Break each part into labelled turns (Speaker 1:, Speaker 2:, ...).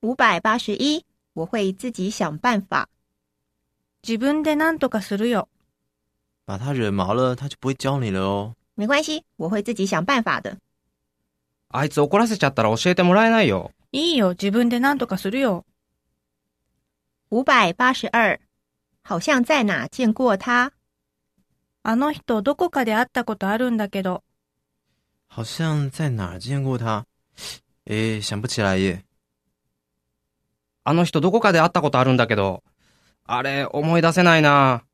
Speaker 1: 五百八十一，我会自己想办法。
Speaker 2: 自分で何とかするよ。
Speaker 3: 把他惹毛了，他就不会教你了哦。
Speaker 1: 没关系，我会自己想办法的。
Speaker 4: あいつ怒らせちゃったら教えてもらえないよ。
Speaker 2: いいよ、自分で何とかするよ。
Speaker 1: 五百八十二，好像在哪见过他。
Speaker 2: あの人どこかで会ったことあるんだけど、
Speaker 3: 好像在哪儿见过他，诶，想不起来耶。
Speaker 4: あの人どこかで会ったことあるんだけど、あれ、思い出せないな。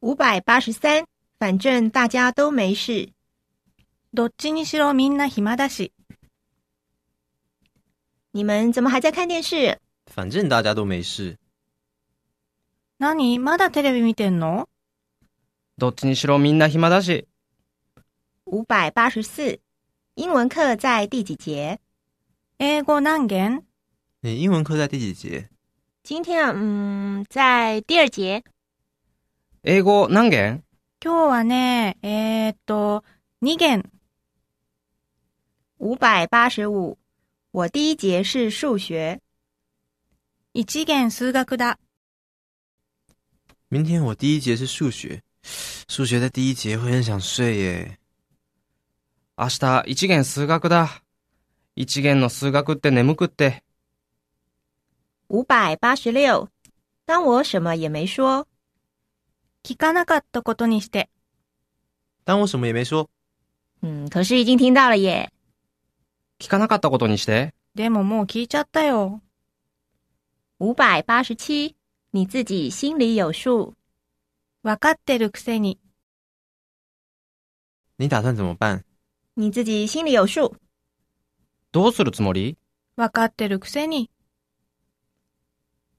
Speaker 1: 五百八十三，反正大家都没事。
Speaker 2: どっちにしろみんな暇だし、
Speaker 1: 你们怎么还在看电视？
Speaker 3: 反正大家都没事。
Speaker 2: 何まだテレビ見てんの
Speaker 4: どっちにしろみんな暇だし、
Speaker 1: 五百八十四，英文课在第几节？
Speaker 2: 英語何件
Speaker 3: 你英文课在第几节？
Speaker 5: 今天啊，嗯，在第二节。
Speaker 4: 英語何件
Speaker 2: 今日はね、えー、っと、2件。
Speaker 1: 五百八十五，我第一节是数学。
Speaker 2: 1件数学だ。
Speaker 3: 明天我第一节是数学，数学在第一节会很想睡耶。
Speaker 4: 明日、一元数学だ。一元の数学って眠くって、
Speaker 1: 五百八十六，当我什么也没说。
Speaker 2: 聞かなかったことにして、
Speaker 3: 当我什么也没说。
Speaker 5: 嗯，可是已经听到了耶。
Speaker 4: 聞かなかったことにして。
Speaker 2: でももう聞いちゃったよ。
Speaker 1: 五百八十七，你自己心里有数。
Speaker 2: わかってるくせに、
Speaker 3: 你打算怎么办？
Speaker 1: 你自己心里有数。
Speaker 4: どうするつもり
Speaker 2: わかってるくせに、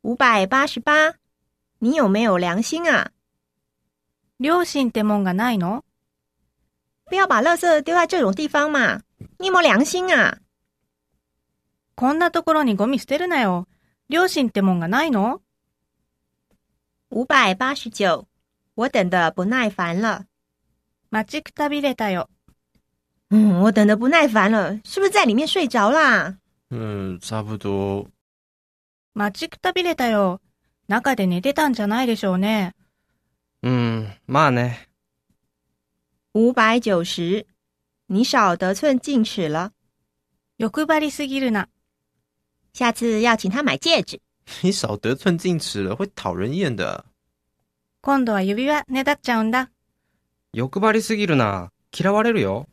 Speaker 1: 五百八十八，你有没有良心啊？
Speaker 2: 両親ってもんがないの
Speaker 1: 不要把垃圾丢在这种地方嘛！你有没有良心啊？
Speaker 2: こんなところにゴミ捨てるなよ。両親ってもんがないの
Speaker 1: 五百八十九，我等的不耐烦了。
Speaker 2: 待ちくたびれたよ。
Speaker 1: 嗯，我等的不耐烦了，是不是在里面睡着啦？
Speaker 3: 嗯，差不多。
Speaker 2: 待ちくたびれたよ。中で寝てたんじゃないでしょうね。
Speaker 4: うーん、まあね。
Speaker 1: 五百九十，你少得寸进尺了，
Speaker 2: 欲張りすぎるな。
Speaker 1: 下次要请他买戒指。
Speaker 3: 你少得寸进尺了，会讨人厌的。
Speaker 2: 今度は指輪ねだっちゃうんだ。
Speaker 4: 欲張りすぎるな。嫌われるよ。